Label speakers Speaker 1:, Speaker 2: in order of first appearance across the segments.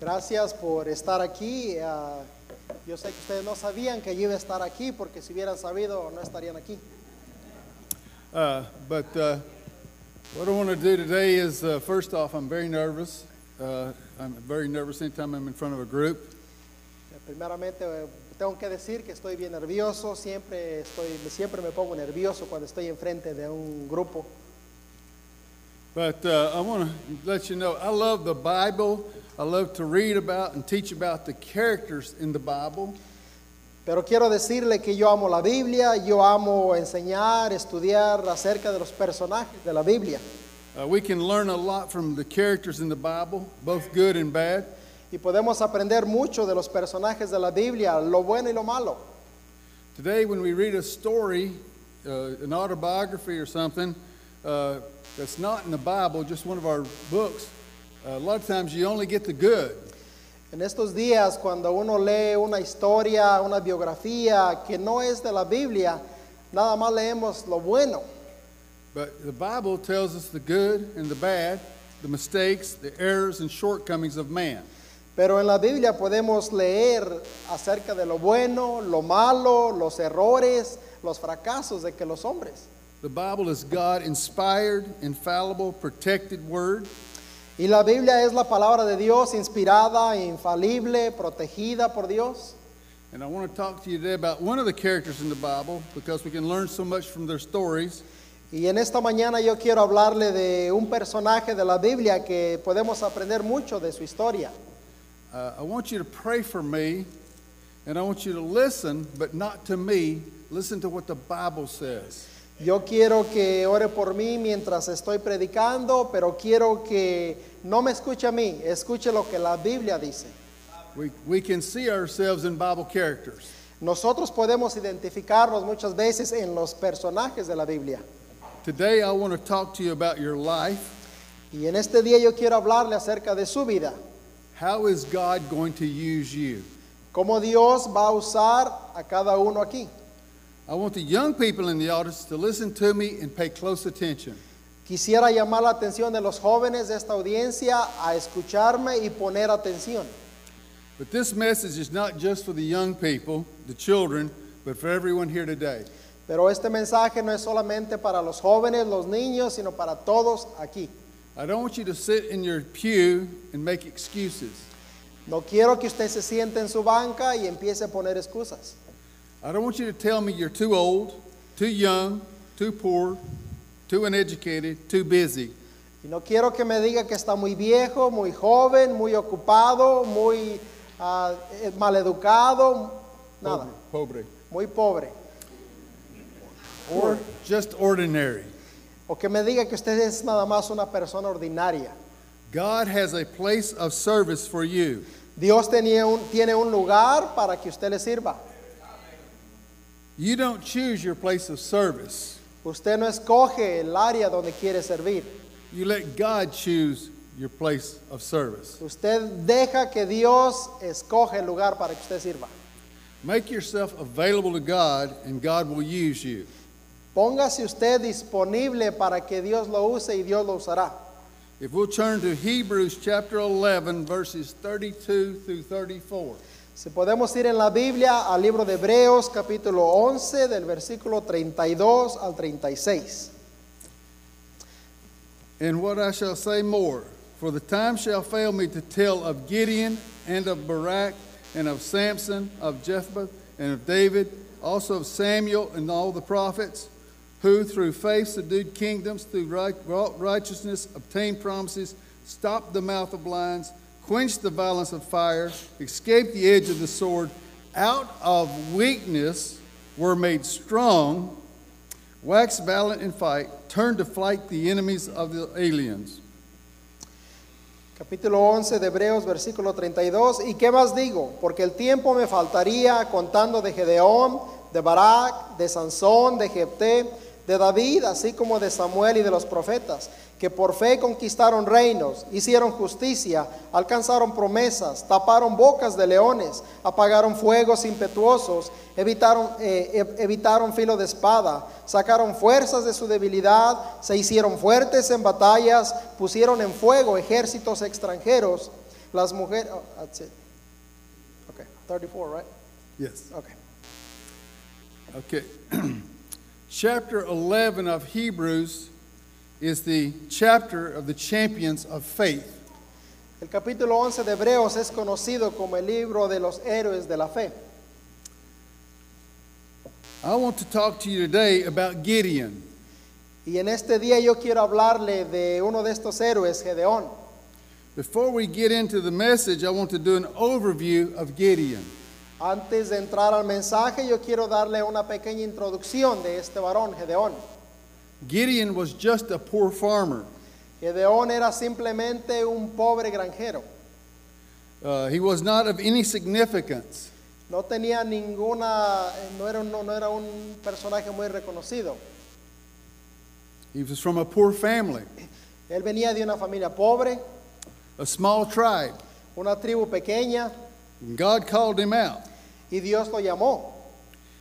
Speaker 1: Gracias por estar aquí. ah, yo sé que ustedes no sabían que yo iba a estar aquí porque si hubieran sabido no estarían aquí. Eh,
Speaker 2: Uh, But uh, what I want to do today is, uh, first off, I'm very nervous. Uh, I'm very nervous anytime I'm in front of a group.
Speaker 1: Eh, Primeramente eh, tengo que decir que estoy bien nervioso, siempre, estoy, siempre me pongo nervioso cuando estoy enfrente de un grupo.
Speaker 2: But uh, I want to let you know, I love the Bible. I love to read about and teach about the characters in the Bible.
Speaker 1: Pero quiero decirle que yo amo la Biblia, yo amo enseñar, estudiar acerca de los personajes de la Biblia.
Speaker 2: Uh, we can learn a lot from the characters in the Bible, both good and bad.
Speaker 1: Y podemos aprender mucho de los personajes de la Biblia, lo bueno y lo malo.
Speaker 2: Today, when we read a story, uh, an autobiography or something uh, that's not in the Bible, just one of our books, uh, a lot of times you only get the good.
Speaker 1: En estos días, cuando uno lee una historia, una biografía que no es de la Biblia, nada más leemos lo bueno.
Speaker 2: But the Bible tells us the good and the bad, the mistakes, the errors, and shortcomings of man.
Speaker 1: Pero en la Biblia podemos leer acerca de lo bueno, lo malo, los errores, los fracasos de que los hombres.
Speaker 2: The Bible is God inspired, infallible, protected word.
Speaker 1: Y la Biblia es la palabra de Dios, inspirada, infalible, protegida por Dios.
Speaker 2: And I want to talk to you today about one of the characters in the Bible because we can learn so much from their stories.
Speaker 1: Y en esta mañana yo quiero hablarle de un personaje de la Biblia que podemos aprender mucho de su historia.
Speaker 2: Uh, I want you to pray for me, and I want you to listen, but not to me. Listen to what the Bible says.
Speaker 1: Yo quiero que ore por mí mientras estoy predicando, pero quiero que no me escuche a mí, escuche lo que la Biblia dice.
Speaker 2: We, we can see ourselves in Bible characters.
Speaker 1: Nosotros podemos identificarnos muchas veces en los personajes de la Biblia.
Speaker 2: Today, I want to talk to you about your life.
Speaker 1: Y en este día yo quiero hablarle acerca de su vida,
Speaker 2: How is God going to use you?
Speaker 1: cómo Dios va a usar a cada uno aquí.
Speaker 2: I want the young people in the audience to listen to me and pay close attention.
Speaker 1: Quisiera llamar la atención de los jóvenes de esta audiencia a escucharme y poner atención.
Speaker 2: But this message is not just for the young people, the children, but for everyone here today.
Speaker 1: Pero este mensaje no es solamente para los jóvenes, los niños, sino para todos aquí.
Speaker 2: I don't want you to sit in your pew and make excuses.
Speaker 1: No quiero que usted se siente en su banca y empiece a poner excusas.
Speaker 2: I don't want you to tell me you're too old, too young, too poor, too uneducated, too busy.
Speaker 1: Y no quiero que me diga que está muy viejo, muy joven, muy ocupado, muy ah, eh, maleducado, nada,
Speaker 2: Pobre.
Speaker 1: muy pobre.
Speaker 2: Or just ordinary.
Speaker 1: O que me diga que usted es nada más una persona ordinaria.
Speaker 2: God has a place of service for you.
Speaker 1: Dios tenía un- tiene un lugar para que usted le sirva.
Speaker 2: You don't choose your place of service.
Speaker 1: Usted no escoge el área donde quiere servir.
Speaker 2: You let God choose your place of service.
Speaker 1: Usted deja que Dios escoge el lugar para que usted sirva.
Speaker 2: Make yourself available to God and God will use you.
Speaker 1: Póngase usted disponible para que Dios lo use y Dios lo usará.
Speaker 2: If we'll turn to Hebrews chapter 11 verses 32 through 34.
Speaker 1: Si podemos ir en la Biblia al libro de Hebreos capítulo 11 del versículo 32 al 36.
Speaker 2: And what I shall say more, for the time shall fail me to tell of Gideon and of Barak and of Samson, of Jephthah and of David, also of Samuel and all the prophets, who through faith subdued kingdoms, through right, wrought righteousness, obtained promises, stopped the mouth of lions, quenched the violence of fire, escaped the edge of the sword, out of weakness were made strong, Wax valiant in fight, turn to flight the enemies of the aliens.
Speaker 1: Capítulo 11 de Hebreos, versículo 32. ¿Y qué más digo? Porque el tiempo me faltaría contando de Gedeón, de Barak, de Sansón, de Jepté, de David, así como de Samuel y de los profetas, que por fe conquistaron reinos, hicieron justicia, alcanzaron promesas, taparon bocas de leones, apagaron fuegos impetuosos, evitaron, eh, ev- evitaron filo de espada, sacaron fuerzas de su debilidad, se hicieron fuertes en batallas, pusieron en fuego ejércitos extranjeros. Las mujeres, oh, that's it. Okay, 34, right?
Speaker 2: Yes.
Speaker 1: Okay.
Speaker 2: Okay. chapter 11 of Hebrews is the chapter of the champions of faith.
Speaker 1: El capítulo 11 de Hebreos es conocido como el libro de los héroes de la fe.
Speaker 2: I want to talk to you today about Gideon.
Speaker 1: Y en este día yo quiero hablarle de uno de estos héroes, Gedeón.
Speaker 2: Before we get into the message, I want to do an overview of Gideon.
Speaker 1: Antes de entrar al mensaje, yo quiero darle una pequeña introducción de este varón, Gedeón.
Speaker 2: Gideon was just a poor farmer.
Speaker 1: Gedeón era simplemente un pobre granjero.
Speaker 2: Uh, he was not of any significance.
Speaker 1: No tenía ninguna, no era, un- no era un personaje muy reconocido.
Speaker 2: He was from a poor family,
Speaker 1: Él venía de una familia pobre,
Speaker 2: a small tribe.
Speaker 1: una tribu pequeña,
Speaker 2: And God called him out.
Speaker 1: y Dios lo llamó.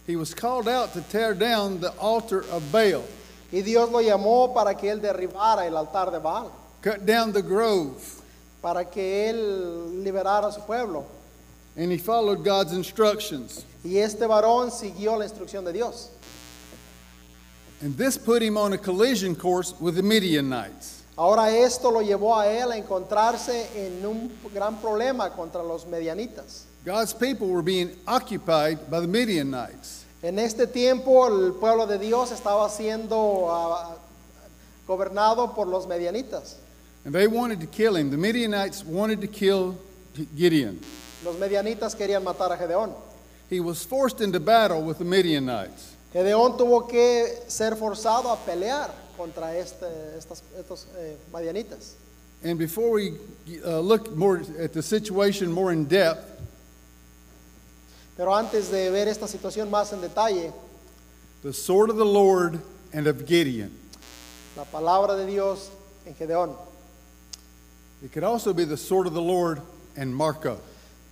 Speaker 2: He was called out to tear down the altar of Baal,
Speaker 1: Y Dios lo llamó para que él derribara el altar de Baal,
Speaker 2: cut down the grove,
Speaker 1: para que él liberara a su pueblo.
Speaker 2: and he followed God's instructions.
Speaker 1: Y este varón siguió la instrucción de Dios.
Speaker 2: And this put him on a collision course with the Midianites.
Speaker 1: Ahora esto lo llevó a él a encontrarse en un gran problema contra los medianitas.
Speaker 2: God's people were being occupied by the Midianites.
Speaker 1: En este tiempo el pueblo de Dios estaba siendo ah, gobernado por los medianitas.
Speaker 2: And they wanted to kill him. The Midianites wanted to kill Gideon.
Speaker 1: Los medianitas querían matar a Gedeón.
Speaker 2: He was forced into battle with the Midianites.
Speaker 1: Gedeón tuvo que ser forzado a pelear contra este- estas- estos eh, medianitas.
Speaker 2: And before we uh, look more at the situation more in depth,
Speaker 1: Pero antes de ver esta situación más en detalle,
Speaker 2: the sword of the Lord and of Gideon.
Speaker 1: la palabra de Dios en Gedeón,
Speaker 2: It could also be the sword of the Lord and Marco.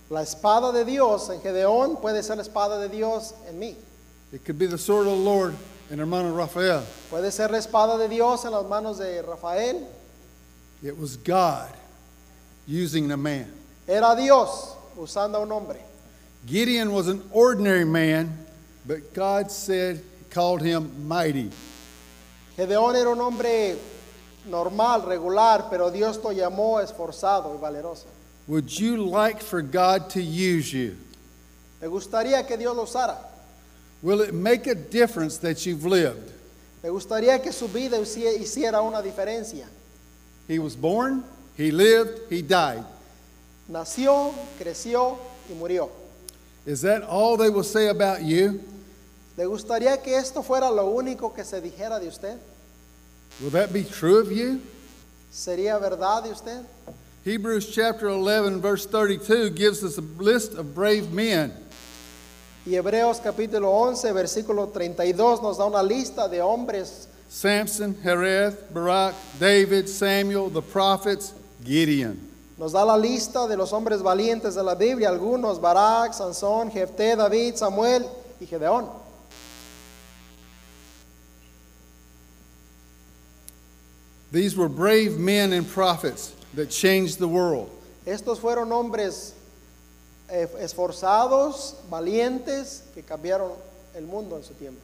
Speaker 1: la espada de Dios en Gedeón puede ser la espada de Dios en mí,
Speaker 2: It could be the sword of the Lord and Hermano Raphael.
Speaker 1: puede ser la espada de Dios en las manos de Rafael,
Speaker 2: It was God using a man.
Speaker 1: era Dios usando a un hombre.
Speaker 2: Gideon was an ordinary man, but God said, called him mighty.
Speaker 1: Gedeón era un hombre normal, regular, pero Dios lo llamó esforzado y valeroso.
Speaker 2: Would you like for God to use you?
Speaker 1: Me gustaría que Dios lo usara.
Speaker 2: Will it make a difference that you've lived?
Speaker 1: Me gustaría que su vida hici- hiciera una diferencia.
Speaker 2: He was born, he lived, he died.
Speaker 1: Nació, creció y murió.
Speaker 2: Is that all they will say about you?
Speaker 1: ¿Le gustaría que esto fuera lo único que se dijera de usted?
Speaker 2: Will that be true of you?
Speaker 1: ¿Sería verdad de usted?
Speaker 2: Hebrews chapter 11, verse 32 gives us a list of brave men.
Speaker 1: Y Hebreos capítulo 11, versículo 32 nos da una lista de hombres.
Speaker 2: Samson, Hereth, Barak, David, Samuel, the prophets, Gideon.
Speaker 1: Nos da la lista de los hombres valientes de la Biblia, algunos, Barak, Sansón, Jefté, David, Samuel y Gedeón.
Speaker 2: These were brave men and prophets that changed the world.
Speaker 1: Estos fueron hombres eh, esforzados, valientes, que cambiaron el mundo en su tiempo.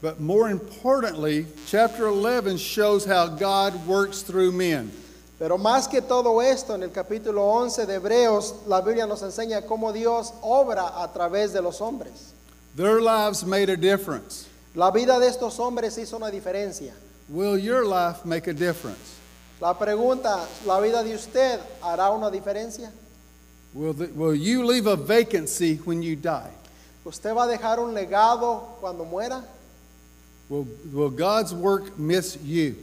Speaker 2: But more importantly, chapter 11 shows how God works through men.
Speaker 1: Pero más que todo esto, en el capítulo 11 de Hebreos, la Biblia nos enseña cómo Dios obra a través de los hombres.
Speaker 2: Their lives made a difference.
Speaker 1: La vida de estos hombres hizo una diferencia.
Speaker 2: Will your life make a difference?
Speaker 1: La pregunta, ¿la vida de usted hará una diferencia?
Speaker 2: Will, the, will you leave a vacancy when you die?
Speaker 1: ¿Usted va a dejar un legado cuando muera?
Speaker 2: Will, will God's work miss you?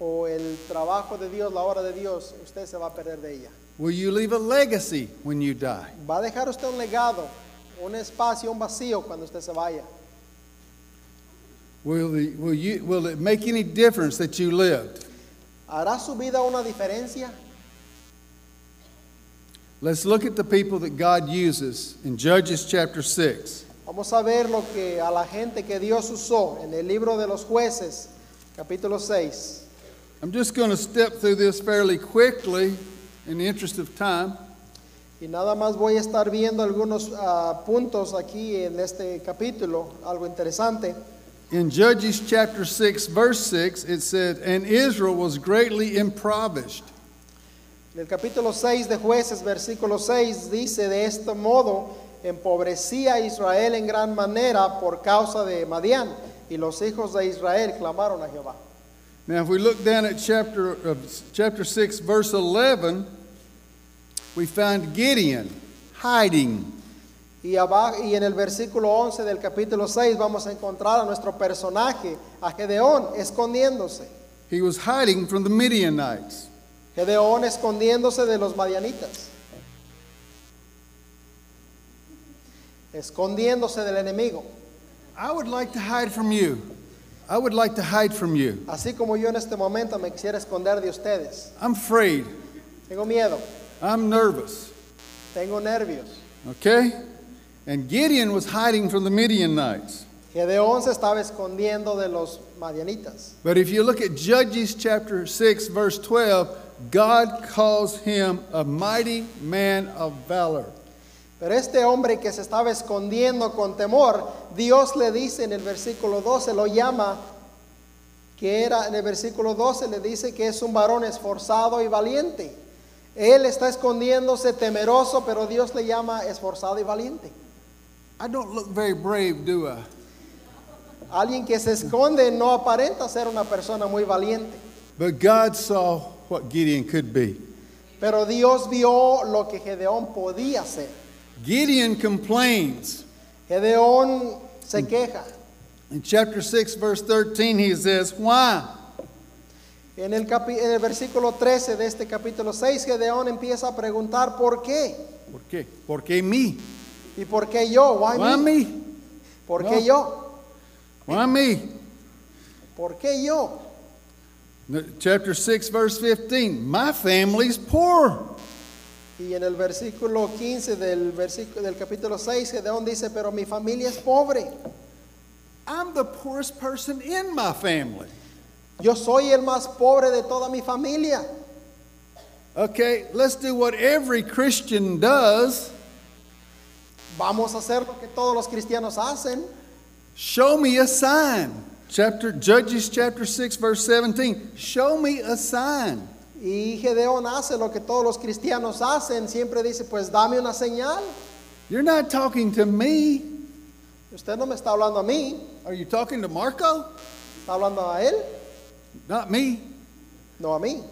Speaker 1: ¿O el trabajo de Dios, la obra de Dios, usted se va a perder de ella?
Speaker 2: Will you leave a legacy when you die?
Speaker 1: ¿Va a dejar usted un legado, un espacio, un vacío cuando usted se vaya?
Speaker 2: Will, the, will, you, will it make any difference that you lived?
Speaker 1: ¿Hará su vida una diferencia?
Speaker 2: Let's look at the people that God uses in Judges chapter 6.
Speaker 1: Vamos a ver lo que a la gente que Dios usó en el libro de los jueces, capítulo 6.
Speaker 2: I'm just going to step through this fairly quickly in the interest of time,
Speaker 1: Y nada más voy a estar viendo algunos ah, puntos aquí en este capítulo, algo interesante.
Speaker 2: in Judges chapter 6, verse 6, it said, And Israel was greatly impoverished.
Speaker 1: En el capítulo 6 de jueces, versículo 6, dice, de este modo empobrecía a Israel en gran manera por causa de Madián, y los hijos de Israel clamaron a Jehová.
Speaker 2: Now, if we look down at chapter, uh, chapter 6, verse 11, we find Gideon hiding.
Speaker 1: Y, abajo, y en el versículo 11 del capítulo 6 vamos a encontrar a nuestro personaje, a Gedeón, escondiéndose.
Speaker 2: He was hiding from the Midianites.
Speaker 1: Gedeón escondiéndose de los madianitas. Escondiéndose del enemigo.
Speaker 2: I would like to hide from you. I would like to hide from you.
Speaker 1: Así como yo en este momento me quisiera esconder de ustedes.
Speaker 2: I'm afraid.
Speaker 1: Tengo miedo,
Speaker 2: I'm nervous.
Speaker 1: tengo nervios.
Speaker 2: Okay? And Gideon was hiding from the Midianites.
Speaker 1: Gedeón se estaba escondiendo de los madianitas.
Speaker 2: But if you look at Judges chapter 6, verse 12, God calls him a mighty man of valor.
Speaker 1: Pero este hombre que se estaba escondiendo con temor, Dios le dice en el versículo 12, lo llama, que era en el versículo 12 le dice que es un varón esforzado y valiente. Él está escondiéndose temeroso, pero Dios le llama esforzado y valiente.
Speaker 2: I don't look very brave, do I?
Speaker 1: Alguien que se esconde no aparenta ser una persona muy valiente,
Speaker 2: But God saw what Gideon could be.
Speaker 1: pero Dios vio lo que Gedeón podía hacer.
Speaker 2: Gideon complains.
Speaker 1: Gedeón se queja.
Speaker 2: In chapter 6, verse 13, he says, Why?
Speaker 1: En el, capi- en el versículo 13 de este capítulo 6, Gedeón empieza a preguntar por qué.
Speaker 2: ¿Por qué? ¿Por qué me?
Speaker 1: ¿Y por qué yo? Why me?
Speaker 2: Why me?
Speaker 1: ¿Por
Speaker 2: No.
Speaker 1: qué yo?
Speaker 2: Why me?
Speaker 1: ¿Por qué yo?
Speaker 2: N- Chapter 6, verse 15, my family's poor.
Speaker 1: Y en el versículo 15 del, versículo, del capítulo 6, Gedeón dice, pero mi familia es pobre.
Speaker 2: I'm the poorest person in my family.
Speaker 1: Yo soy el más pobre de toda mi familia.
Speaker 2: Okay, let's do what every Christian does.
Speaker 1: Vamos a hacer lo que todos los cristianos hacen.
Speaker 2: Show me a sign. Chapter Judges chapter 6 verse 17. Show me a sign.
Speaker 1: Y Gedeón hace lo que todos los cristianos hacen. Siempre dice, pues dame una señal.
Speaker 2: You're not talking to me.
Speaker 1: Usted no me está hablando a mí,
Speaker 2: Are you talking to Marco?
Speaker 1: está hablando a él,
Speaker 2: Not me.
Speaker 1: no a mí.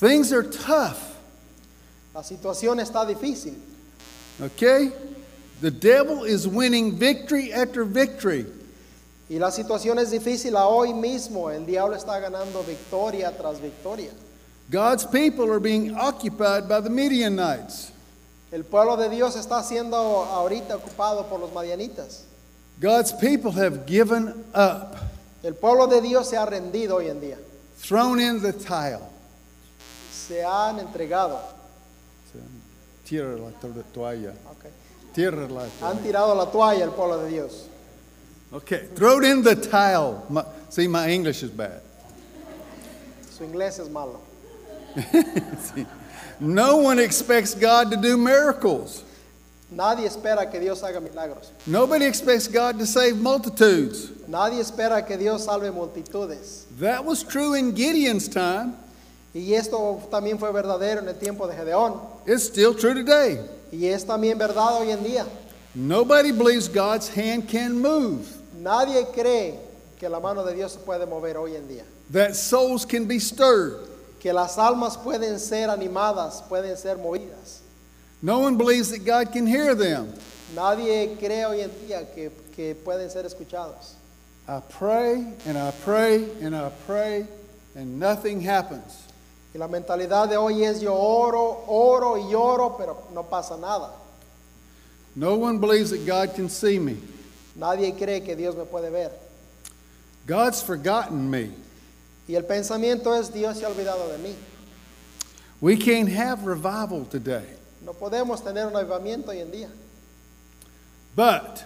Speaker 2: Things are tough.
Speaker 1: La situación está difícil.
Speaker 2: Okay? The devil is winning victory after victory.
Speaker 1: Y la situación es difícil a hoy mismo. El diablo está ganando victoria tras victoria.
Speaker 2: God's people are being occupied by the Midianites.
Speaker 1: El pueblo de Dios está siendo ahorita ocupado por los madianitas.
Speaker 2: God's people have given up,
Speaker 1: El pueblo de Dios se ha rendido hoy en día.
Speaker 2: thrown in the tile.
Speaker 1: Se han entregado.
Speaker 2: Tierra la to- toalla.
Speaker 1: Ok.
Speaker 2: Tierra la
Speaker 1: Han tirado la toalla el pueblo de Dios.
Speaker 2: Okay, throw it in the tile. My- see, my English is bad.
Speaker 1: Su inglés es malo.
Speaker 2: See, no one expects God to do miracles.
Speaker 1: Nadie espera que Dios haga milagros.
Speaker 2: Nobody expects God to save multitudes.
Speaker 1: Nadie espera que Dios salve multitudes.
Speaker 2: That was true in Gideon's time.
Speaker 1: Y esto también fue verdadero en el tiempo de Gedeón.
Speaker 2: It's still true today.
Speaker 1: Y es también verdad hoy en día.
Speaker 2: Nobody believes God's hand can move,
Speaker 1: Nadie cree que la mano de Dios se puede mover hoy en día.
Speaker 2: that souls can be stirred.
Speaker 1: Que las almas pueden ser animadas, pueden ser movidas.
Speaker 2: No one believes that God can hear them.
Speaker 1: Nadie cree hoy en día que, que pueden ser escuchados.
Speaker 2: I pray and I pray and I pray and nothing happens.
Speaker 1: Y la mentalidad de hoy es yo oro, oro y oro, pero no pasa nada.
Speaker 2: No one believes that God can see me.
Speaker 1: Nadie cree que Dios me puede ver.
Speaker 2: God's forgotten me.
Speaker 1: Y el pensamiento es Dios se ha olvidado de mí.
Speaker 2: We can't have revival today.
Speaker 1: No podemos tener un avivamiento hoy en día.
Speaker 2: But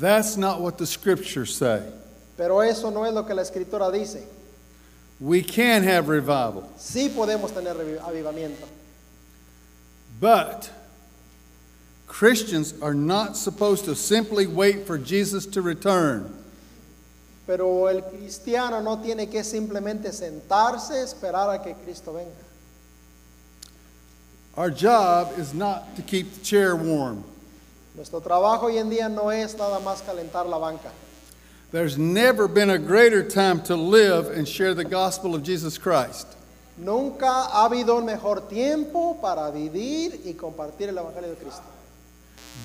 Speaker 2: that's not what the scriptures say.
Speaker 1: Pero eso no es lo que la escritura dice.
Speaker 2: We can have revival,
Speaker 1: Sí podemos tener revi- avivamiento.
Speaker 2: but Christians are not supposed to simply wait for Jesus to return.
Speaker 1: Pero el cristiano no tiene que simplemente sentarse, esperar a que Cristo venga.
Speaker 2: Our job is not to keep the chair warm.
Speaker 1: Nuestro trabajo hoy en día no es nada más calentar la banca.
Speaker 2: There's never been a greater time to live and share the gospel of Jesus Christ.
Speaker 1: Nunca ha habido un mejor tiempo para vivir y compartir el Evangelio de Cristo.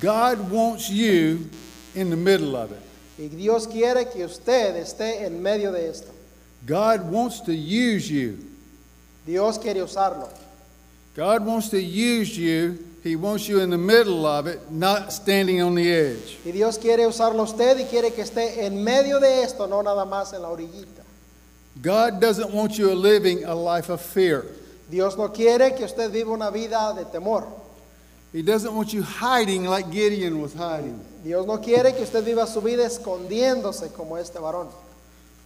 Speaker 2: God wants you in the middle of it.
Speaker 1: Y Dios quiere que usted esté en medio de esto.
Speaker 2: God wants to use you.
Speaker 1: Dios quiere usarlo.
Speaker 2: God wants to use you. He wants you in the middle of it, not standing on the edge.
Speaker 1: Y Dios quiere usarlo a usted y quiere que esté en medio de esto, no nada más en la orillita.
Speaker 2: God doesn't want you living a life of fear.
Speaker 1: Dios no quiere que usted viva una vida de temor.
Speaker 2: He doesn't want you hiding like Gideon was hiding.
Speaker 1: Dios no quiere que usted viva su vida escondiéndose como este varón.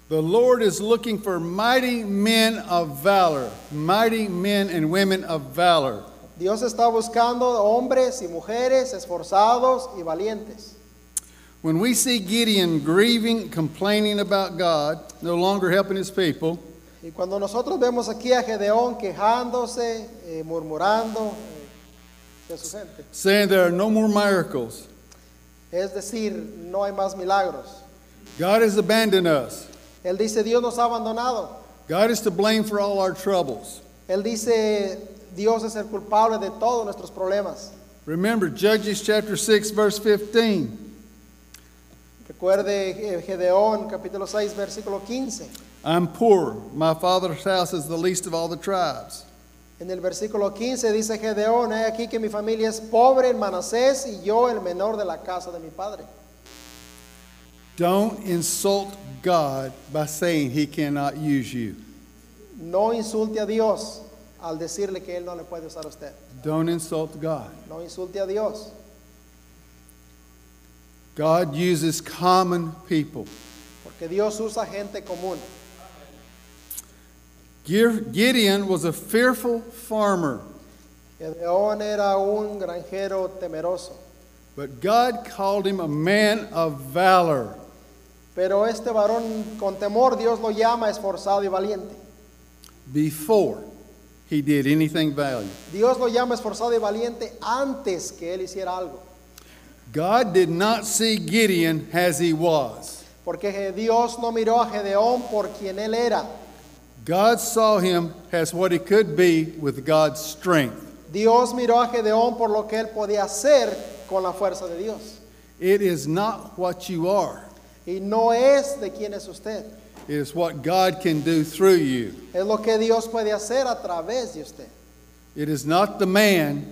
Speaker 2: The Lord is looking for mighty men of valor, mighty men and women of valor.
Speaker 1: Dios está buscando hombres y mujeres esforzados y valientes.
Speaker 2: When we see Gideon grieving, complaining about God, no longer helping his people,
Speaker 1: Y cuando nosotros vemos aquí a Gedeón quejándose, eh, murmurando eh, de su gente,
Speaker 2: saying there are no more miracles,
Speaker 1: es decir, no hay más milagros.
Speaker 2: God has abandoned us,
Speaker 1: Él dice, Dios nos ha abandonado.
Speaker 2: God is to blame for all our troubles.
Speaker 1: Él dice, Dios es el culpable de todos nuestros problemas.
Speaker 2: Remember Judges chapter 6 verse 15.
Speaker 1: Recuerde eh, Gedeón capítulo 6 versículo 15.
Speaker 2: I'm poor, my father's house is the least of all the tribes.
Speaker 1: En el versículo 15 dice Gedeón, he aquí que mi familia es pobre en Manasés y yo el menor de la casa de mi padre.
Speaker 2: Don't insult God by saying he cannot use you.
Speaker 1: No insulte a Dios al decirle que Él no le puede usar a usted.
Speaker 2: Don't insult God.
Speaker 1: No insulte a Dios.
Speaker 2: God uses common people.
Speaker 1: Porque Dios usa gente común.
Speaker 2: Gideon was a fearful farmer.
Speaker 1: Gedeón era un granjero temeroso.
Speaker 2: But God called him a man of valor.
Speaker 1: Pero este varón con temor Dios lo llama esforzado y valiente.
Speaker 2: before he did anything valiant.
Speaker 1: Dios lo llama esforzado y valiente antes que él hiciera algo.
Speaker 2: God did not see Gideon as he was.
Speaker 1: Porque Je- Dios no miró a Gedeón por quien él era.
Speaker 2: God saw him as what he could be with God's strength.
Speaker 1: Dios miró a Gedeón por lo que él podía hacer con la fuerza de Dios.
Speaker 2: It is not what you are,
Speaker 1: Y no es de quién es usted.
Speaker 2: it is what God can do through you.
Speaker 1: Es lo que Dios puede hacer a través de usted.
Speaker 2: It is not the man,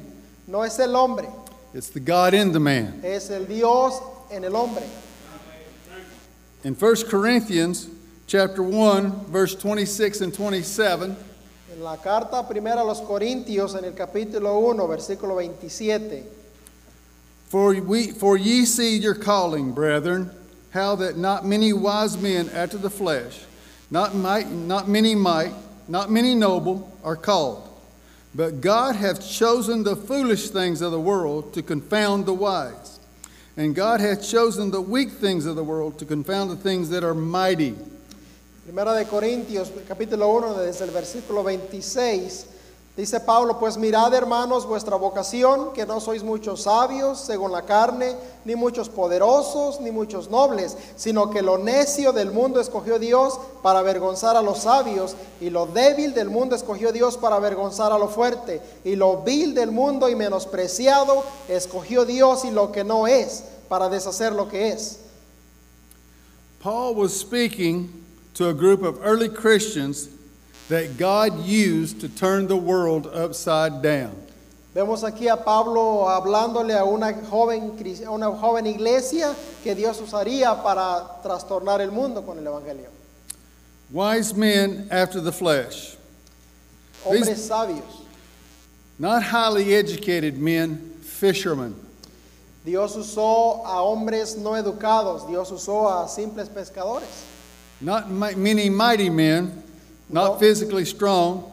Speaker 1: No es el hombre,
Speaker 2: it's the God in the man.
Speaker 1: es el Dios en el hombre.
Speaker 2: In 1 Corinthians chapter 1 verse 26 and 27,
Speaker 1: En la carta primera a los Corintios, en el capítulo 1, versículo 27,
Speaker 2: For, we, for ye see your calling, brethren, how that not many wise men after the flesh, not, might, not many might, not many noble, are called. But God hath chosen the foolish things of the world to confound the wise. And God hath chosen the weak things of the world to confound the things that are mighty.
Speaker 1: primera de Corintios, capítulo 1, desde el versículo 26, dice Pablo, pues mirad hermanos vuestra vocación, que no sois muchos sabios según la carne, ni muchos poderosos, ni muchos nobles, sino que lo necio del mundo escogió Dios para avergonzar a los sabios, y lo débil del mundo escogió Dios para avergonzar a lo fuerte, y lo vil del mundo y menospreciado escogió Dios y lo que no es, para deshacer lo que es.
Speaker 2: Paul was speaking to a group of early Christians that God used to turn the world upside down.
Speaker 1: Vemos aquí a Pablo hablándole a una joven, cris- a una joven iglesia que Dios usaría para trastornar el mundo con el Evangelio.
Speaker 2: Wise men after the flesh,
Speaker 1: Hombres
Speaker 2: Dice-
Speaker 1: sabios.
Speaker 2: not highly educated men, fishermen.
Speaker 1: Dios usó a hombres no educados, Dios usó a simples pescadores.
Speaker 2: Not mi- many mighty men, not physically strong,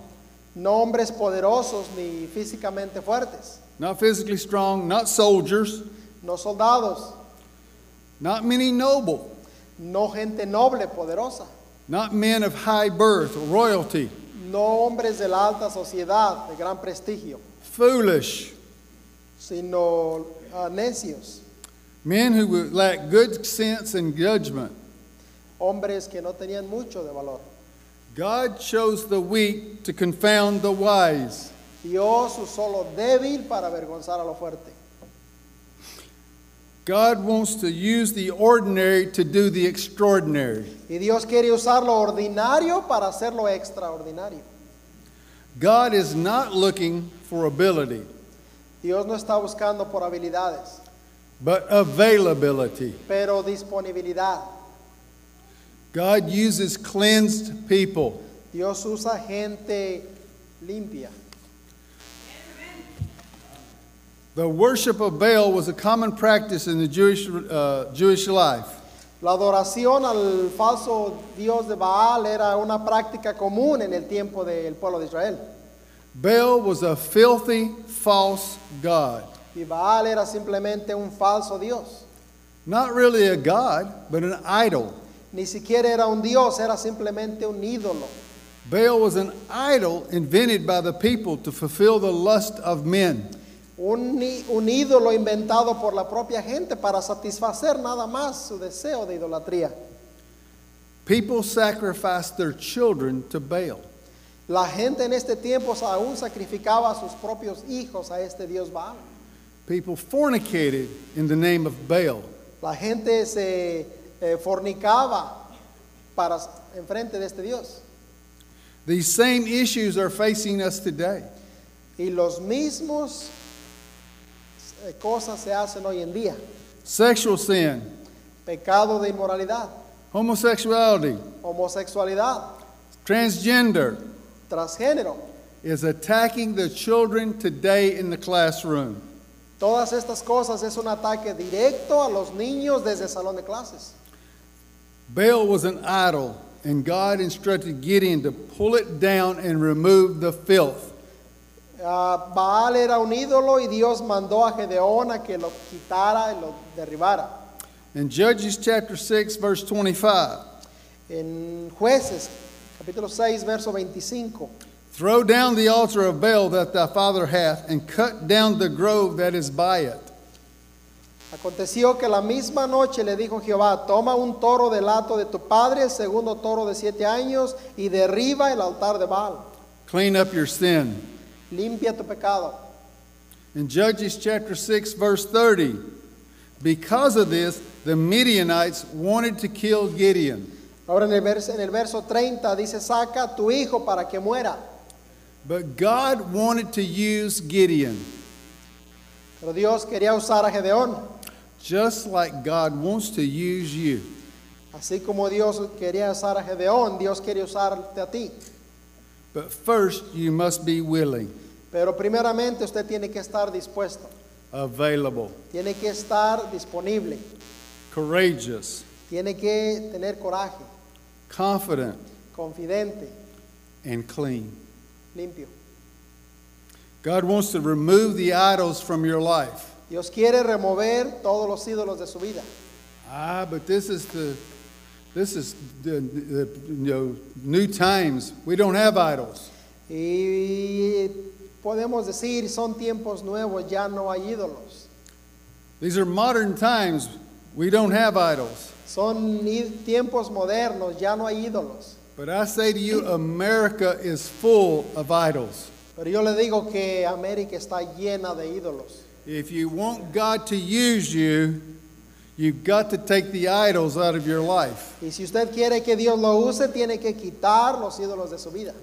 Speaker 1: no hombres poderosos ni físicamente fuertes,
Speaker 2: not physically strong, not soldiers,
Speaker 1: no soldados,
Speaker 2: not many noble,
Speaker 1: no gente noble, poderosa,
Speaker 2: not men of high birth or royalty,
Speaker 1: no hombres de la alta sociedad, de gran prestigio,
Speaker 2: foolish,
Speaker 1: sino ah, necios,
Speaker 2: men who would lack good sense and judgment.
Speaker 1: hombres que no tenían mucho de valor.
Speaker 2: God chose the weak to confound the wise.
Speaker 1: Dios usó lo débil para avergonzar a lo fuerte.
Speaker 2: God wants to use the ordinary to do the extraordinary.
Speaker 1: Y Dios quiere usar lo ordinario para hacer lo extraordinario.
Speaker 2: God is not looking for ability,
Speaker 1: Dios no está buscando por habilidades,
Speaker 2: but availability.
Speaker 1: pero disponibilidad.
Speaker 2: God uses cleansed people.
Speaker 1: Dios usa gente limpia.
Speaker 2: The worship of Baal was a common practice in the Jewish, uh, Jewish life.
Speaker 1: La adoración al falso dios de Baal era una práctica común en el tiempo del pueblo de Israel.
Speaker 2: Baal was a filthy, false god.
Speaker 1: Y Baal era simplemente un falso dios.
Speaker 2: Not really a god, but an idol.
Speaker 1: Ni siquiera era un dios, era simplemente un ídolo.
Speaker 2: Baal was an idol invented by the people to fulfill the lust of men.
Speaker 1: Un, i- un ídolo inventado por la propia gente para satisfacer nada más su deseo de idolatría.
Speaker 2: People sacrificed their children to Baal.
Speaker 1: La gente en este tiempo aún sacrificaba a sus propios hijos a este dios Baal.
Speaker 2: People fornicated in the name of Baal.
Speaker 1: La gente se eh, fornicaba para enfrente de este Dios.
Speaker 2: These same issues are facing us today.
Speaker 1: Y los mismos eh, cosas se hacen hoy en día.
Speaker 2: Sexual sin,
Speaker 1: Pecado de inmoralidad,
Speaker 2: homosexuality,
Speaker 1: homosexualidad,
Speaker 2: transgender
Speaker 1: transgénero.
Speaker 2: is attacking the children today in the classroom.
Speaker 1: Todas estas cosas es un ataque directo a los niños desde el salón de clases.
Speaker 2: Baal was an idol, and God instructed Gideon to pull it down and remove the filth.
Speaker 1: Ah, Baal era un ídolo y Dios mandó a Gedeón a que lo quitara y lo derribara.
Speaker 2: In Judges chapter 6, verse 25,
Speaker 1: En jueces, capítulo 6, verso 25.
Speaker 2: throw down the altar of Baal that thy father hath, and cut down the grove that is by it.
Speaker 1: Aconteció que la misma noche le dijo Jehová, toma un toro del hato de tu padre, el segundo toro de siete años, y derriba el altar de Baal.
Speaker 2: Clean up your sin.
Speaker 1: Limpia tu pecado.
Speaker 2: In Judges chapter 6, verse 30, because of this, the Midianites wanted to kill Gideon.
Speaker 1: Ahora en el, verso, en el verso 30 dice, saca a tu hijo para que muera.
Speaker 2: But God wanted to use Gideon,
Speaker 1: Pero Dios quería usar a Gedeón,
Speaker 2: just like God wants to use you.
Speaker 1: así como Dios quería usar a Gedeón, Dios quiere usarte a ti.
Speaker 2: But first, you must be willing,
Speaker 1: Pero primeramente usted tiene que estar dispuesto,
Speaker 2: available,
Speaker 1: tiene que estar disponible,
Speaker 2: courageous,
Speaker 1: tiene que tener coraje,
Speaker 2: confident,
Speaker 1: confidente,
Speaker 2: and clean.
Speaker 1: limpio.
Speaker 2: God wants to remove the idols from your life.
Speaker 1: Dios quiere remover todos los ídolos de su vida.
Speaker 2: Ah, but this is the, this is the, the you know, new times. We don't have idols.
Speaker 1: Y podemos decir, son tiempos nuevos, ya no hay ídolos.
Speaker 2: These are modern times. We don't have idols.
Speaker 1: Son i- tiempos modernos, ya no hay ídolos.
Speaker 2: But I say to you, America is full of idols.
Speaker 1: Pero yo le digo que América está llena de ídolos.
Speaker 2: If you want God to use you, you've got to take the idols out of your life.
Speaker 1: Y si usted quiere que Dios lo use, tiene que quitar los ídolos de su vida.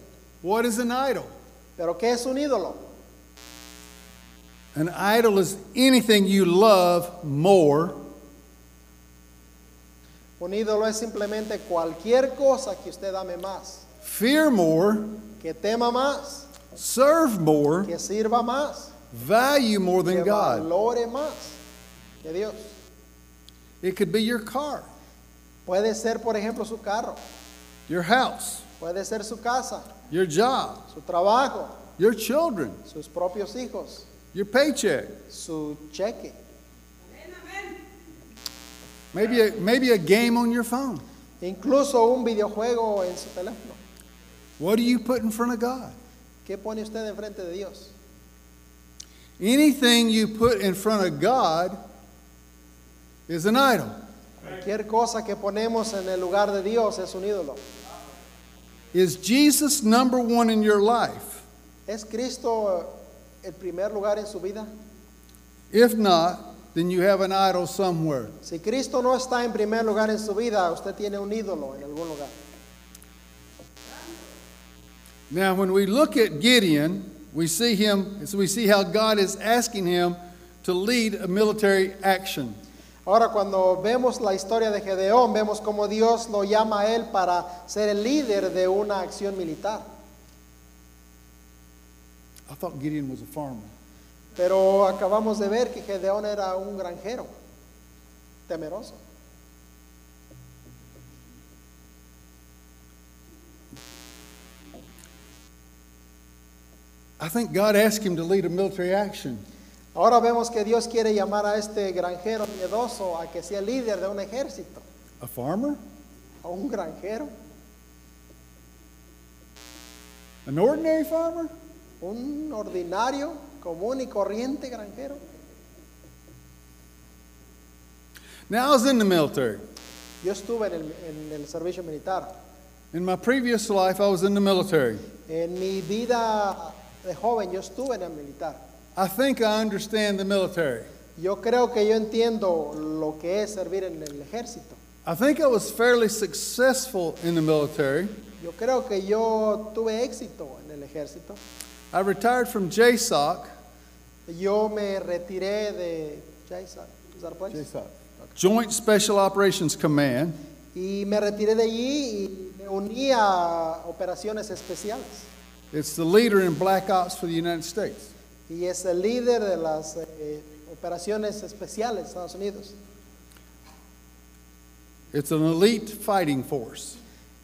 Speaker 2: What is an idol?
Speaker 1: Pero ¿qué es un ídolo?
Speaker 2: An idol is anything you love more
Speaker 1: Un ídolo es simplemente cualquier cosa que usted ame más,
Speaker 2: fear more,
Speaker 1: que tema más,
Speaker 2: serve more,
Speaker 1: que sirva más,
Speaker 2: value more
Speaker 1: que
Speaker 2: than God.
Speaker 1: valore más que Dios.
Speaker 2: It could be your car,
Speaker 1: Puede ser, por ejemplo, su carro,
Speaker 2: your house,
Speaker 1: Puede ser su casa,
Speaker 2: your job,
Speaker 1: su trabajo,
Speaker 2: your children,
Speaker 1: sus propios hijos,
Speaker 2: your paycheck,
Speaker 1: su cheque,
Speaker 2: maybe a, maybe a game on your phone.
Speaker 1: incluso un videojuego en su teléfono.
Speaker 2: What do you put in front of God?
Speaker 1: ¿Qué pone usted enfrente de Dios?
Speaker 2: Anything you put in front of God is an idol.
Speaker 1: Cualquier cosa que ponemos en el lugar de Dios es un ídolo.
Speaker 2: Is Jesus number one in your life?
Speaker 1: ¿Es Cristo el primer lugar en su vida?
Speaker 2: If not, then you have an idol somewhere.
Speaker 1: Si Cristo no está en primer lugar en su vida, usted tiene un ídolo en algún lugar.
Speaker 2: Now, when we look at Gideon, we see him, so we see how God is asking him to lead a military action.
Speaker 1: Ahora cuando vemos la historia de Gedeón, vemos cómo Dios lo llama a él para ser el líder de una acción militar.
Speaker 2: I thought Gideon was a farmer.
Speaker 1: Pero acabamos de ver que Gedeón era un granjero, temeroso.
Speaker 2: I think God asked him to lead a military action.
Speaker 1: Ahora vemos que Dios quiere llamar a este granjero miedoso a que sea líder de un ejército,
Speaker 2: A farmer?
Speaker 1: a un granjero,
Speaker 2: An ordinary farmer?
Speaker 1: un ordinario, común y corriente granjero.
Speaker 2: Now, I was in the military.
Speaker 1: Yo estuve en el, en el servicio militar.
Speaker 2: In my previous life, I was in the military.
Speaker 1: En mi vida de joven yo estuve en el militar.
Speaker 2: I think I understand the military.
Speaker 1: Yo creo que yo entiendo lo que es servir en el ejército.
Speaker 2: I think I was fairly successful in the military.
Speaker 1: Yo creo que yo tuve éxito en el ejército.
Speaker 2: I retired from JSOC,
Speaker 1: Yo me retiré de pues. Jaisa- Zarpuez.
Speaker 2: Joint Special Operations Command,
Speaker 1: y me retiré de allí y me uní a operaciones especiales.
Speaker 2: It's the leader in black ops for the United States.
Speaker 1: Y es el líder de las eh, operaciones especiales de Estados Unidos.
Speaker 2: It's an elite fighting force.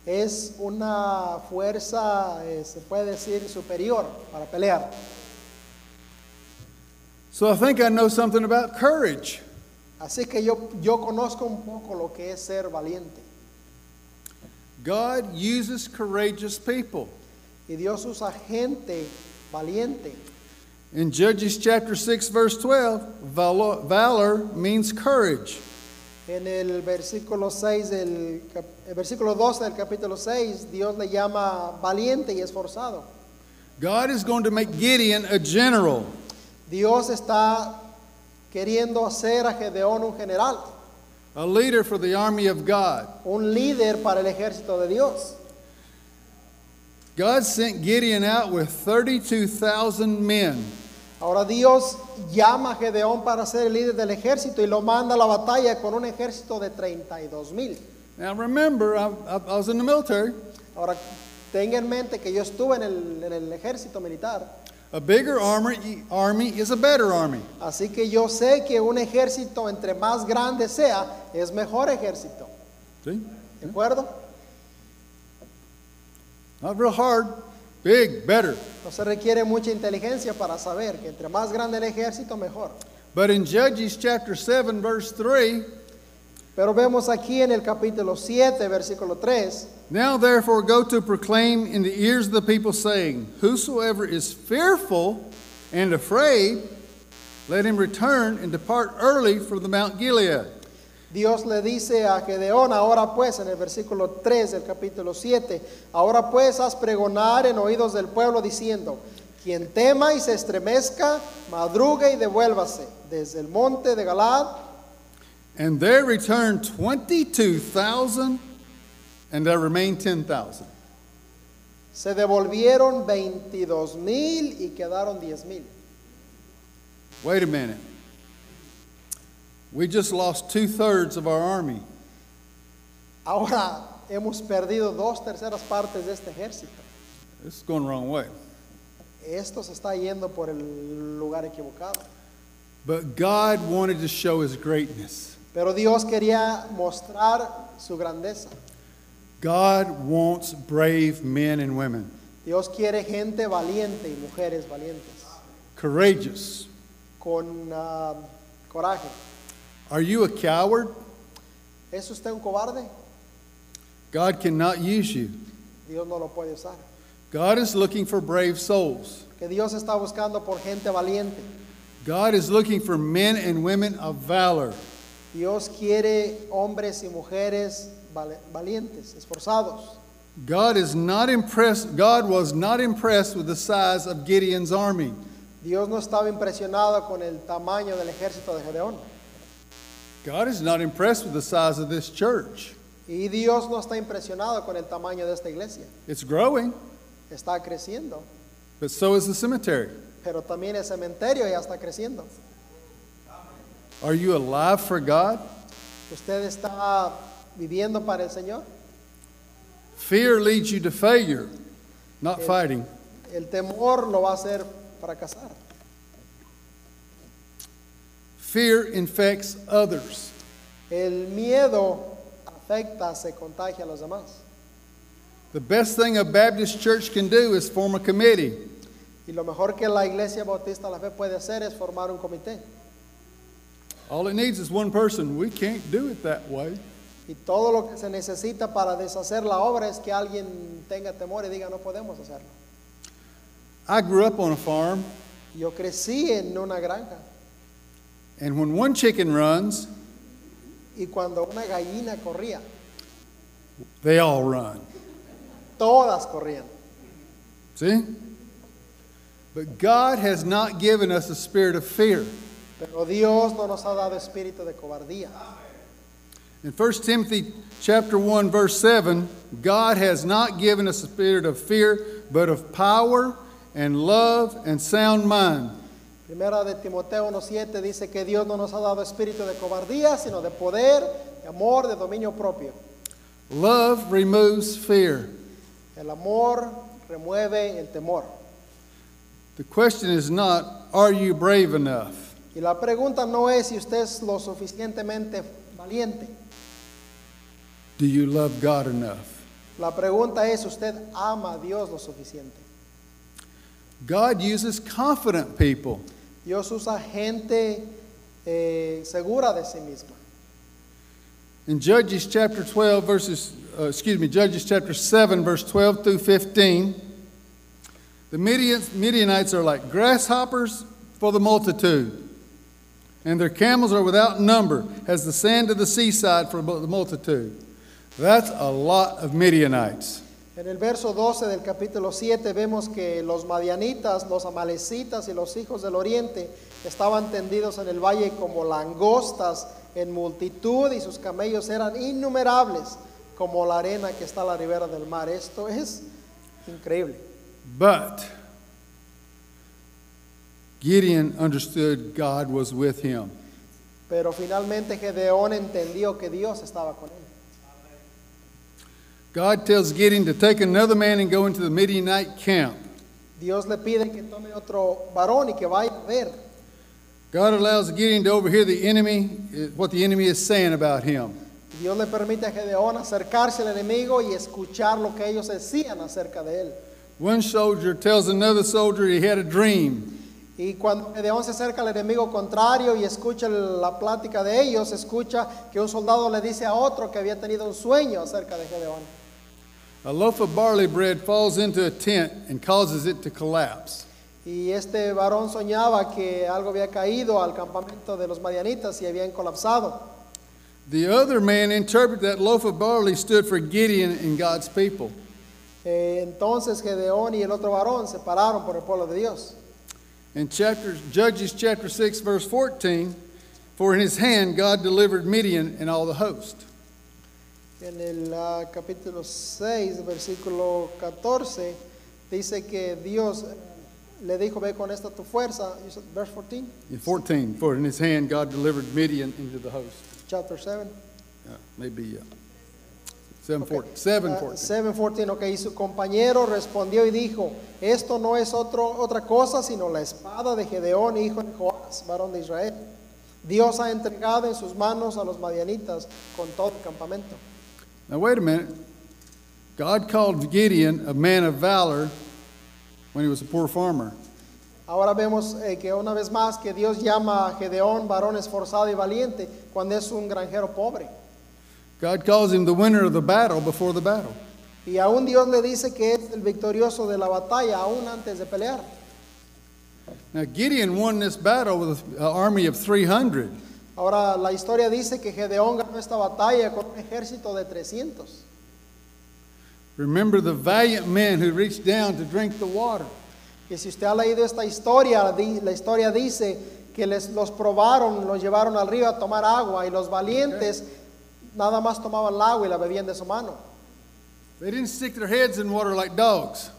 Speaker 1: Es una fuerza, eh, se puede decir, superior para pelear.
Speaker 2: So I think I know something about courage.
Speaker 1: Así que yo, yo conozco un poco lo que es ser valiente.
Speaker 2: God uses courageous people.
Speaker 1: Y Dios usa gente valiente.
Speaker 2: In Judges chapter 6 verse 12, valor, valor means courage.
Speaker 1: En el versículo 6 del cap- el versículo 12 del capítulo 6, Dios le llama valiente y esforzado.
Speaker 2: God is going to make Gideon a general.
Speaker 1: Dios está queriendo hacer a Gedeón un general,
Speaker 2: a leader for the army of God.
Speaker 1: un líder para el ejército de Dios.
Speaker 2: God sent Gideon out with 32,000 men.
Speaker 1: Ahora Dios llama a Gedeón para ser el líder del ejército y lo manda a la batalla con un ejército de 32 mil.
Speaker 2: Now remember, I, I, I was in the military.
Speaker 1: Ahora tenga en mente que yo estuve en el, en el ejército militar,
Speaker 2: A bigger army, army is a better army.
Speaker 1: así que yo sé que un ejército entre más grande sea, es mejor ejército.
Speaker 2: See?
Speaker 1: ¿De acuerdo?
Speaker 2: Not real hard. Big, better.
Speaker 1: No se requiere mucha inteligencia para saber que entre más grande el ejército, mejor.
Speaker 2: But in Judges chapter 7, verse 3,
Speaker 1: Pero vemos aquí en el capítulo 7, versículo 3,
Speaker 2: now therefore go to proclaim in the ears of the people, saying, Whosoever is fearful and afraid, let him return and depart early from the Mount Gilead.
Speaker 1: Dios le dice a Gedeón, ahora pues, en el versículo 3 del capítulo 7, ahora pues haz pregonar en oídos del pueblo diciendo, quien tema y se estremezca, madrugue y devuélvase desde el monte de Galad.
Speaker 2: And there returned 22,000, and there remained 10,000.
Speaker 1: Se devolvieron 22 mil y quedaron 10 mil.
Speaker 2: Wait a minute. We just lost two thirds of our army.
Speaker 1: Ahora hemos perdido dos terceras partes de este ejército.
Speaker 2: This is going the wrong way.
Speaker 1: Esto se está yendo por el lugar equivocado.
Speaker 2: But God wanted to show his greatness.
Speaker 1: Pero Dios quería mostrar su grandeza.
Speaker 2: God wants brave men and women,
Speaker 1: Dios quiere gente valiente y mujeres valientes,
Speaker 2: courageous.
Speaker 1: con ah, coraje.
Speaker 2: Are you a coward?
Speaker 1: ¿Es usted un cobarde?
Speaker 2: God cannot use you.
Speaker 1: Dios no lo puede usar.
Speaker 2: God is looking for brave souls.
Speaker 1: Que Dios está buscando por gente valiente.
Speaker 2: God is looking for men and women of valor.
Speaker 1: Dios quiere hombres y mujeres vale- valientes, esforzados.
Speaker 2: God is not impressed God was not impressed with the size of Gideon's army.
Speaker 1: Dios no estaba impresionado con el tamaño del ejército de Gedeón.
Speaker 2: God is not impressed with the size of this church.
Speaker 1: Y Dios no está impresionado con el tamaño de esta iglesia.
Speaker 2: It's growing,
Speaker 1: Está creciendo,
Speaker 2: but so is the cemetery.
Speaker 1: pero también el cementerio ya está creciendo.
Speaker 2: Are you alive for God?
Speaker 1: Usted está viviendo para el Señor.
Speaker 2: Fear leads you to failure, not fighting.
Speaker 1: El temor lo va a hacer fracasar.
Speaker 2: Fear infects others.
Speaker 1: El miedo afecta, se contagia a los demás.
Speaker 2: The best thing a Baptist church can do is form a committee.
Speaker 1: Y lo mejor que la Iglesia Bautista de la Fe puede hacer es formar un comité.
Speaker 2: All it needs is one person. We can't do it that way.
Speaker 1: Y todo lo que se necesita para deshacer la obra es que alguien tenga temor y diga no podemos hacerlo.
Speaker 2: I grew up on a farm,
Speaker 1: Yo crecí en una granja
Speaker 2: and when one chicken runs,
Speaker 1: y cuando una gallina corría,
Speaker 2: they all run.
Speaker 1: todas corrían.
Speaker 2: See? But God has not given us a spirit of fear.
Speaker 1: Pero Dios no nos ha dado espíritu de cobardía.
Speaker 2: In 1 Timothy chapter 1 verse 7, God has not given us a spirit of fear, but of power and love and sound mind.
Speaker 1: Primera de Timoteo 1.7 dice que Dios no nos ha dado espíritu de cobardía, sino de poder, de amor, de dominio propio.
Speaker 2: Love removes fear.
Speaker 1: El amor remueve el temor.
Speaker 2: The question is not are you brave enough?
Speaker 1: Y la pregunta no es si usted es lo suficientemente valiente.
Speaker 2: Do you love God enough?
Speaker 1: La pregunta es, ¿usted ama a Dios lo suficiente?
Speaker 2: God uses confident people.
Speaker 1: Dios usa gente eh, segura de sí misma.
Speaker 2: In Judges chapter 12 verses uh, excuse me, Judges chapter 7 verse 12 through 15, the Midians, Midianites are like grasshoppers for the multitude, and their camels are without number, as the sand of the seaside for the multitude. That's a lot of Midianites.
Speaker 1: En el verso 12 del capítulo 7 vemos que los madianitas, los amalecitas y los hijos del oriente estaban tendidos en el valle como langostas en multitud y sus camellos eran innumerables como la arena que está a la ribera del mar. Esto es increíble.
Speaker 2: But Gideon understood God was with him.
Speaker 1: Pero finalmente Gedeón entendió que Dios estaba con él.
Speaker 2: God tells Gideon to take another man and go into the Midianite camp.
Speaker 1: Dios le pide que tome otro varón y que vaya a ver.
Speaker 2: God allows Gideon to overhear the enemy, eh, what the enemy is saying about him.
Speaker 1: Dios le permite a Gedeón acercarse al enemigo y escuchar lo que ellos decían acerca de él.
Speaker 2: One soldier tells another soldier he had a dream.
Speaker 1: Y cuando Gedeón se acerca al enemigo contrario y escucha la plática de ellos, escucha que un soldado le dice a otro que había tenido un sueño acerca de este Gedeón.
Speaker 2: A loaf of barley bread falls into a tent and causes it to collapse.
Speaker 1: Y este varón soñaba que algo había caído al campamento de los madianitas y habían colapsado.
Speaker 2: The other man interpreted that loaf of barley stood for Gideon and God's people.
Speaker 1: Eh, entonces Gedeón y el otro varón se pararon por el pueblo de Dios.
Speaker 2: In chapter, Judges chapter 6, verse 14, for in his hand God delivered Midian and all the host.
Speaker 1: En el ah, capítulo 6, versículo 14, dice que Dios eh, le dijo, ve con esta tu fuerza. You said, Verse 14,
Speaker 2: In 14, for in his hand God delivered Midian into the host.
Speaker 1: chapter 7.
Speaker 2: Yeah, maybe uh, 7,
Speaker 1: Ok.
Speaker 2: 14, 7,
Speaker 1: Ah,
Speaker 2: 14.
Speaker 1: 7:14, ok. Y su compañero respondió y dijo, esto no es otro, otra cosa sino la espada de Gedeón, hijo de Joás, varón de Israel. Dios ha entregado en sus manos a los madianitas con todo el campamento.
Speaker 2: Now, wait a minute. God called Gideon a man of valor when he was a poor farmer.
Speaker 1: Ahora vemos eh, que una vez más que Dios llama a Gedeón varón esforzado y valiente cuando es un granjero pobre.
Speaker 2: God calls him the winner of the battle before the battle.
Speaker 1: Y aún Dios le dice que es el victorioso de la batalla aún antes de pelear.
Speaker 2: Now, Gideon won this battle with an army of 300.
Speaker 1: Ahora la historia dice que Gedeón ganó esta batalla con un ejército de 300.
Speaker 2: Remember the valiant men who reached down to drink the water.
Speaker 1: Y si usted ha leído esta historia, di- la historia dice que les, los probaron, los llevaron al río a tomar agua y los valientes nada más tomaban el agua y la bebían de su mano.
Speaker 2: They didn't stick their heads in water like dogs.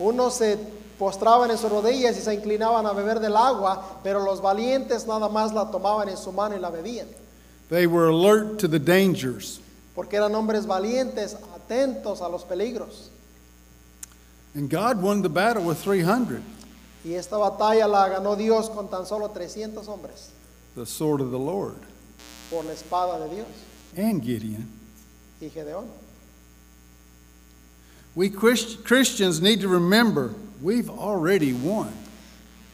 Speaker 1: Unos se postraban en sus rodillas y se inclinaban a beber del agua, pero los valientes nada más la tomaban en su mano y la bebían,
Speaker 2: They were alert to the dangers.
Speaker 1: porque eran hombres valientes, atentos a los peligros.
Speaker 2: And God won the battle with 300,
Speaker 1: Y esta batalla la ganó Dios con tan solo 300 hombres
Speaker 2: the sword of the Lord,
Speaker 1: por la espada de Dios
Speaker 2: and Gideon.
Speaker 1: y Gedeón.
Speaker 2: We Christ- Christians need to remember we've already won.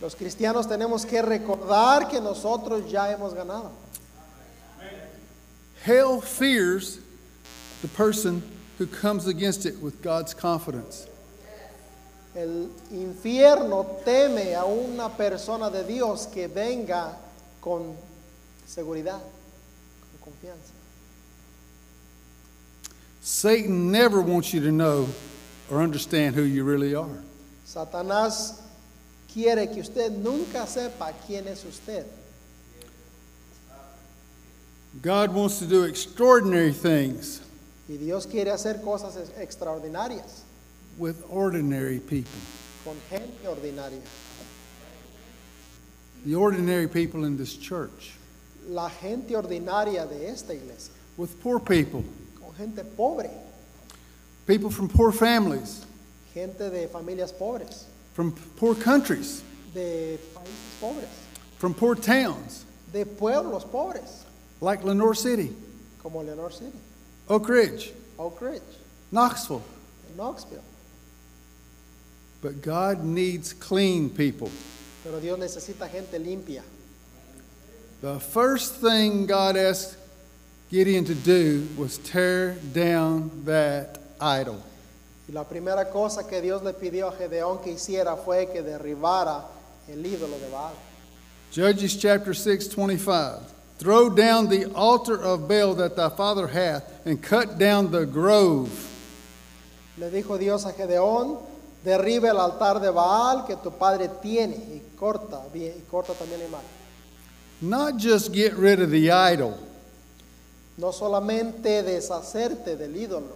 Speaker 1: Los cristianos tenemos que recordar que nosotros ya hemos ganado.
Speaker 2: Hell fears the person who comes against it with God's confidence.
Speaker 1: El infierno teme a una persona de Dios que venga con seguridad, con confianza.
Speaker 2: Satan never wants you to know or understand who you really are.
Speaker 1: Satanás quiere que usted nunca sepa quién es usted.
Speaker 2: God wants to do extraordinary things
Speaker 1: Y Dios quiere hacer cosas ex- extraordinarias
Speaker 2: with ordinary people,
Speaker 1: con gente ordinaria.
Speaker 2: the ordinary people in this church,
Speaker 1: La gente ordinaria de esta iglesia,
Speaker 2: with poor people,
Speaker 1: con gente pobre,
Speaker 2: people from poor families,
Speaker 1: gente de familias pobres,
Speaker 2: from poor countries,
Speaker 1: de países pobres,
Speaker 2: from poor towns
Speaker 1: de pueblos pobres,
Speaker 2: like Lenore City,
Speaker 1: como Leonor City,
Speaker 2: Oak Ridge,
Speaker 1: Oak Ridge,
Speaker 2: Knoxville.
Speaker 1: Knoxville.
Speaker 2: But God needs clean people.
Speaker 1: Pero Dios necesita gente limpia.
Speaker 2: The first thing God asked Gideon to do was tear down that idol.
Speaker 1: Y la primera cosa que Dios le pidió a Gedeón que hiciera fue que derribara el ídolo de Baal.
Speaker 2: Judges chapter 6, 25. Throw down the altar of Baal that thy father hath, and cut down the grove.
Speaker 1: Le dijo Dios a Gedeón, derribe el altar de Baal que tu padre tiene y corta, bien- y corta también la imagen.
Speaker 2: Not just get rid of the idol,
Speaker 1: No solamente deshacerte del ídolo,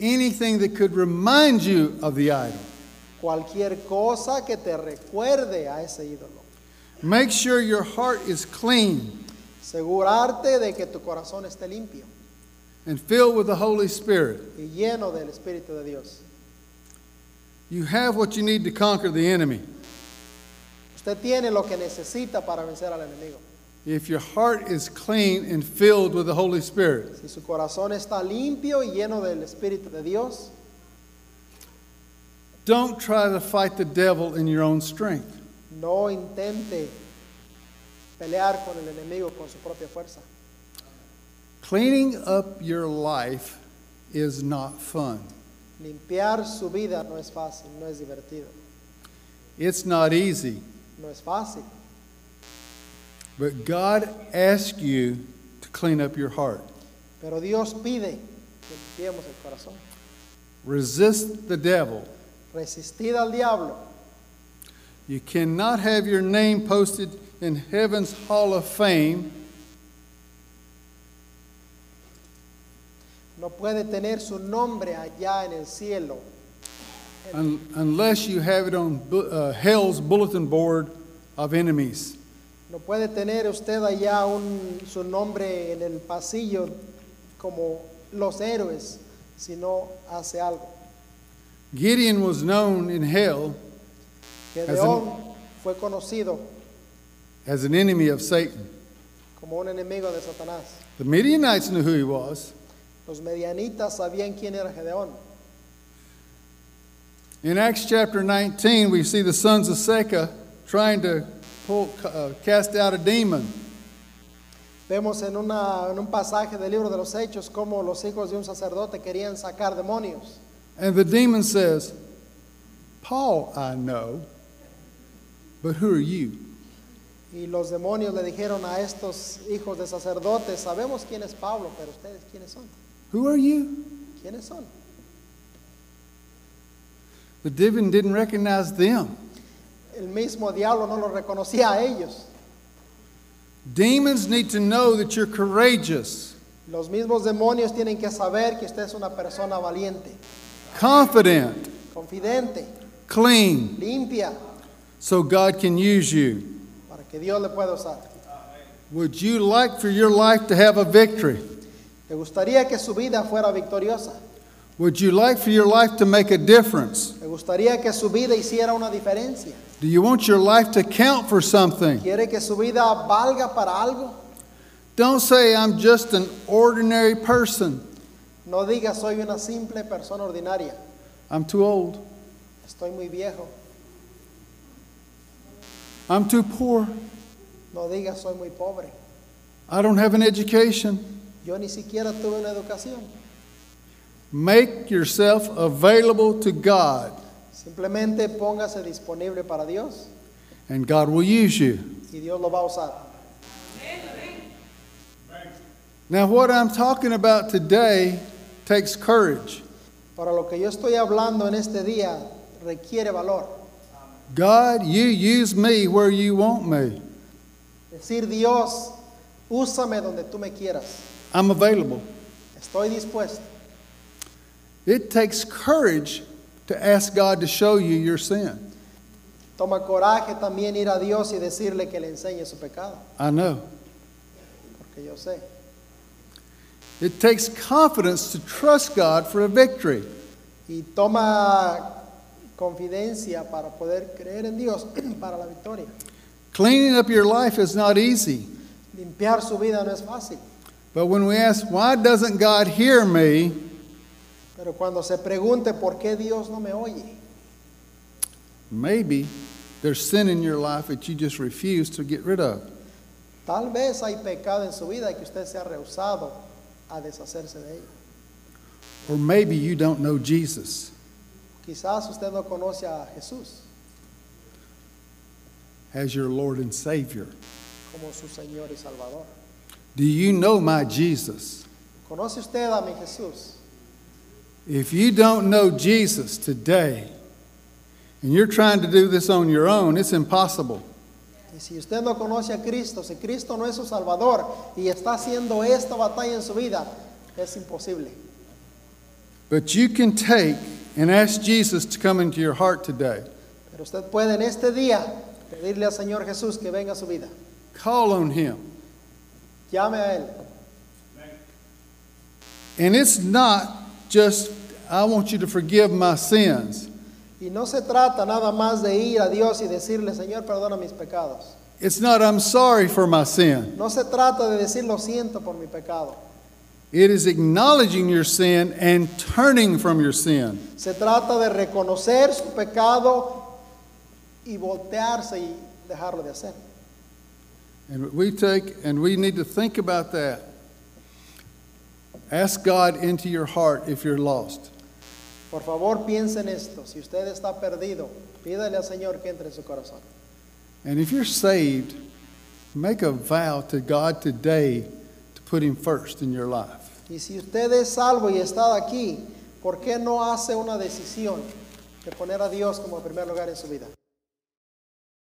Speaker 2: anything that could remind you of the idol.
Speaker 1: cualquier cosa que te recuerde a ese ídolo.
Speaker 2: Make sure your heart is clean
Speaker 1: Asegurarte de que tu corazón esté limpio
Speaker 2: and filled with the Holy Spirit.
Speaker 1: y lleno del Espíritu de Dios.
Speaker 2: You have what you need to conquer the enemy.
Speaker 1: Usted tiene lo que necesita para vencer al enemigo.
Speaker 2: If your heart is clean and filled with the Holy Spirit,
Speaker 1: Si su corazón está limpio y lleno del Espíritu de Dios,
Speaker 2: don't try to fight the devil in your own strength.
Speaker 1: no intente pelear con el enemigo con su propia fuerza.
Speaker 2: Cleaning up your life is not fun.
Speaker 1: Limpiar su vida no es fácil, no es divertido,
Speaker 2: It's not easy.
Speaker 1: no es fácil.
Speaker 2: But God asks you to clean up your heart.
Speaker 1: Pero Dios pide que limpiemos el corazón.
Speaker 2: Resist the devil.
Speaker 1: Resistid al diablo.
Speaker 2: You cannot have your name posted in heaven's hall of fame
Speaker 1: No puede tener su nombre allá en el cielo,
Speaker 2: un- unless you have it on bu- uh, hell's bulletin board of enemies.
Speaker 1: No puede tener usted allá un- su nombre en el pasillo como los héroes si no hace algo.
Speaker 2: Gideon was known in hell
Speaker 1: Gedeón fue conocido
Speaker 2: as an enemy of Satan.
Speaker 1: como un enemigo de Satanás.
Speaker 2: The Midianites knew who he was,
Speaker 1: Los medianitas sabían quién era Gedeón,
Speaker 2: In Acts chapter 19, we see the sons of Seca trying to pull, uh, cast out a demon.
Speaker 1: Vemos en, una- en un pasaje del libro de los Hechos cómo los hijos de un sacerdote querían sacar demonios.
Speaker 2: And the demon says, Paul I know, but who are you?
Speaker 1: Y los demonios le dijeron a estos hijos de sacerdotes, sabemos quién es Pablo, pero ustedes quiénes son.
Speaker 2: Who are you?
Speaker 1: ¿Quiénes son?
Speaker 2: The demon didn't recognize them.
Speaker 1: El mismo diablo no los reconocía a ellos.
Speaker 2: Demons need to know that you're courageous,
Speaker 1: Los mismos demonios tienen que saber que usted es una persona valiente,
Speaker 2: confident,
Speaker 1: confidente,
Speaker 2: clean,
Speaker 1: limpia,
Speaker 2: so God can use you.
Speaker 1: para que Dios le pueda usar.
Speaker 2: Would you like for your life to have a victory?
Speaker 1: ¿Te gustaría que su vida fuera victoriosa?
Speaker 2: Would you like for your life to make a difference?
Speaker 1: ¿Te gustaría que su vida hiciera una diferencia?
Speaker 2: Do you want your life to count for something?
Speaker 1: ¿Quiere que su vida valga para algo?
Speaker 2: Don't say, I'm just an ordinary person.
Speaker 1: No diga soy una simple persona ordinaria,
Speaker 2: I'm too old.
Speaker 1: estoy muy viejo.
Speaker 2: I'm too poor.
Speaker 1: No diga soy muy pobre.
Speaker 2: I don't have an education.
Speaker 1: Yo ni siquiera tuve una educación.
Speaker 2: Make yourself available to God,
Speaker 1: Simplemente póngase disponible para Dios
Speaker 2: and God will use you.
Speaker 1: y Dios lo va a usar.
Speaker 2: Now, what I'm talking about today takes courage.
Speaker 1: Para lo que yo estoy hablando en este día requiere valor.
Speaker 2: God, you use me where you want me.
Speaker 1: Decir Dios, úsame donde tú me quieras.
Speaker 2: I'm available.
Speaker 1: Estoy dispuesto.
Speaker 2: It takes courage to ask God to show you your sin.
Speaker 1: Toma coraje también ir a Dios y decirle que le enseñe su pecado,
Speaker 2: I know.
Speaker 1: porque yo sé.
Speaker 2: It takes confidence to trust God for a victory.
Speaker 1: Y toma confidencia para poder creer en Dios para la victoria.
Speaker 2: Cleaning up your life is not easy,
Speaker 1: Limpiar su vida no es fácil,
Speaker 2: but when we ask, Why doesn't God hear me?
Speaker 1: pero cuando se pregunte por qué Dios no me oye,
Speaker 2: maybe there's sin in your life that you just refuse to get rid of.
Speaker 1: tal vez hay pecado en su vida que usted se ha rehusado a deshacerse de ello.
Speaker 2: Or maybe you don't know Jesus.
Speaker 1: Quizás usted no conoce a Jesús
Speaker 2: as your Lord and Savior?
Speaker 1: como su Señor y Salvador.
Speaker 2: Do you know my Jesus?
Speaker 1: ¿Conoce usted a mi Jesús?
Speaker 2: If you don't know Jesus today, and you're trying to do this on your own, it's impossible.
Speaker 1: Y si usted no conoce a Cristo, si Cristo no es su Salvador y está haciendo esta batalla en su vida, es imposible.
Speaker 2: But you can take and ask Jesus to come into your heart today.
Speaker 1: Pero usted puede en este día pedirle al Señor Jesús que venga a su vida.
Speaker 2: Call on Him.
Speaker 1: Llame a Él.
Speaker 2: And it's not just, I want you to forgive my sins.
Speaker 1: Y no se trata nada más de ir a Dios y decirle, Señor, perdona mis pecados.
Speaker 2: It's not, I'm sorry for my sin.
Speaker 1: No se trata de decir, lo siento por mi pecado.
Speaker 2: It is acknowledging your sin and turning from your sin.
Speaker 1: Se trata de reconocer su pecado y voltearse y dejarlo de hacer.
Speaker 2: And we take, and we need to think about that. Ask God into your heart if you're lost.
Speaker 1: Por favor, piense en esto. Si usted está perdido, pídale al Señor que entre en su corazón.
Speaker 2: And if you're saved, make a vow to God today to put Him first in your life.
Speaker 1: Y si usted es salvo y está aquí, ¿por qué no hace una decisión de poner a Dios como primer lugar en su vida?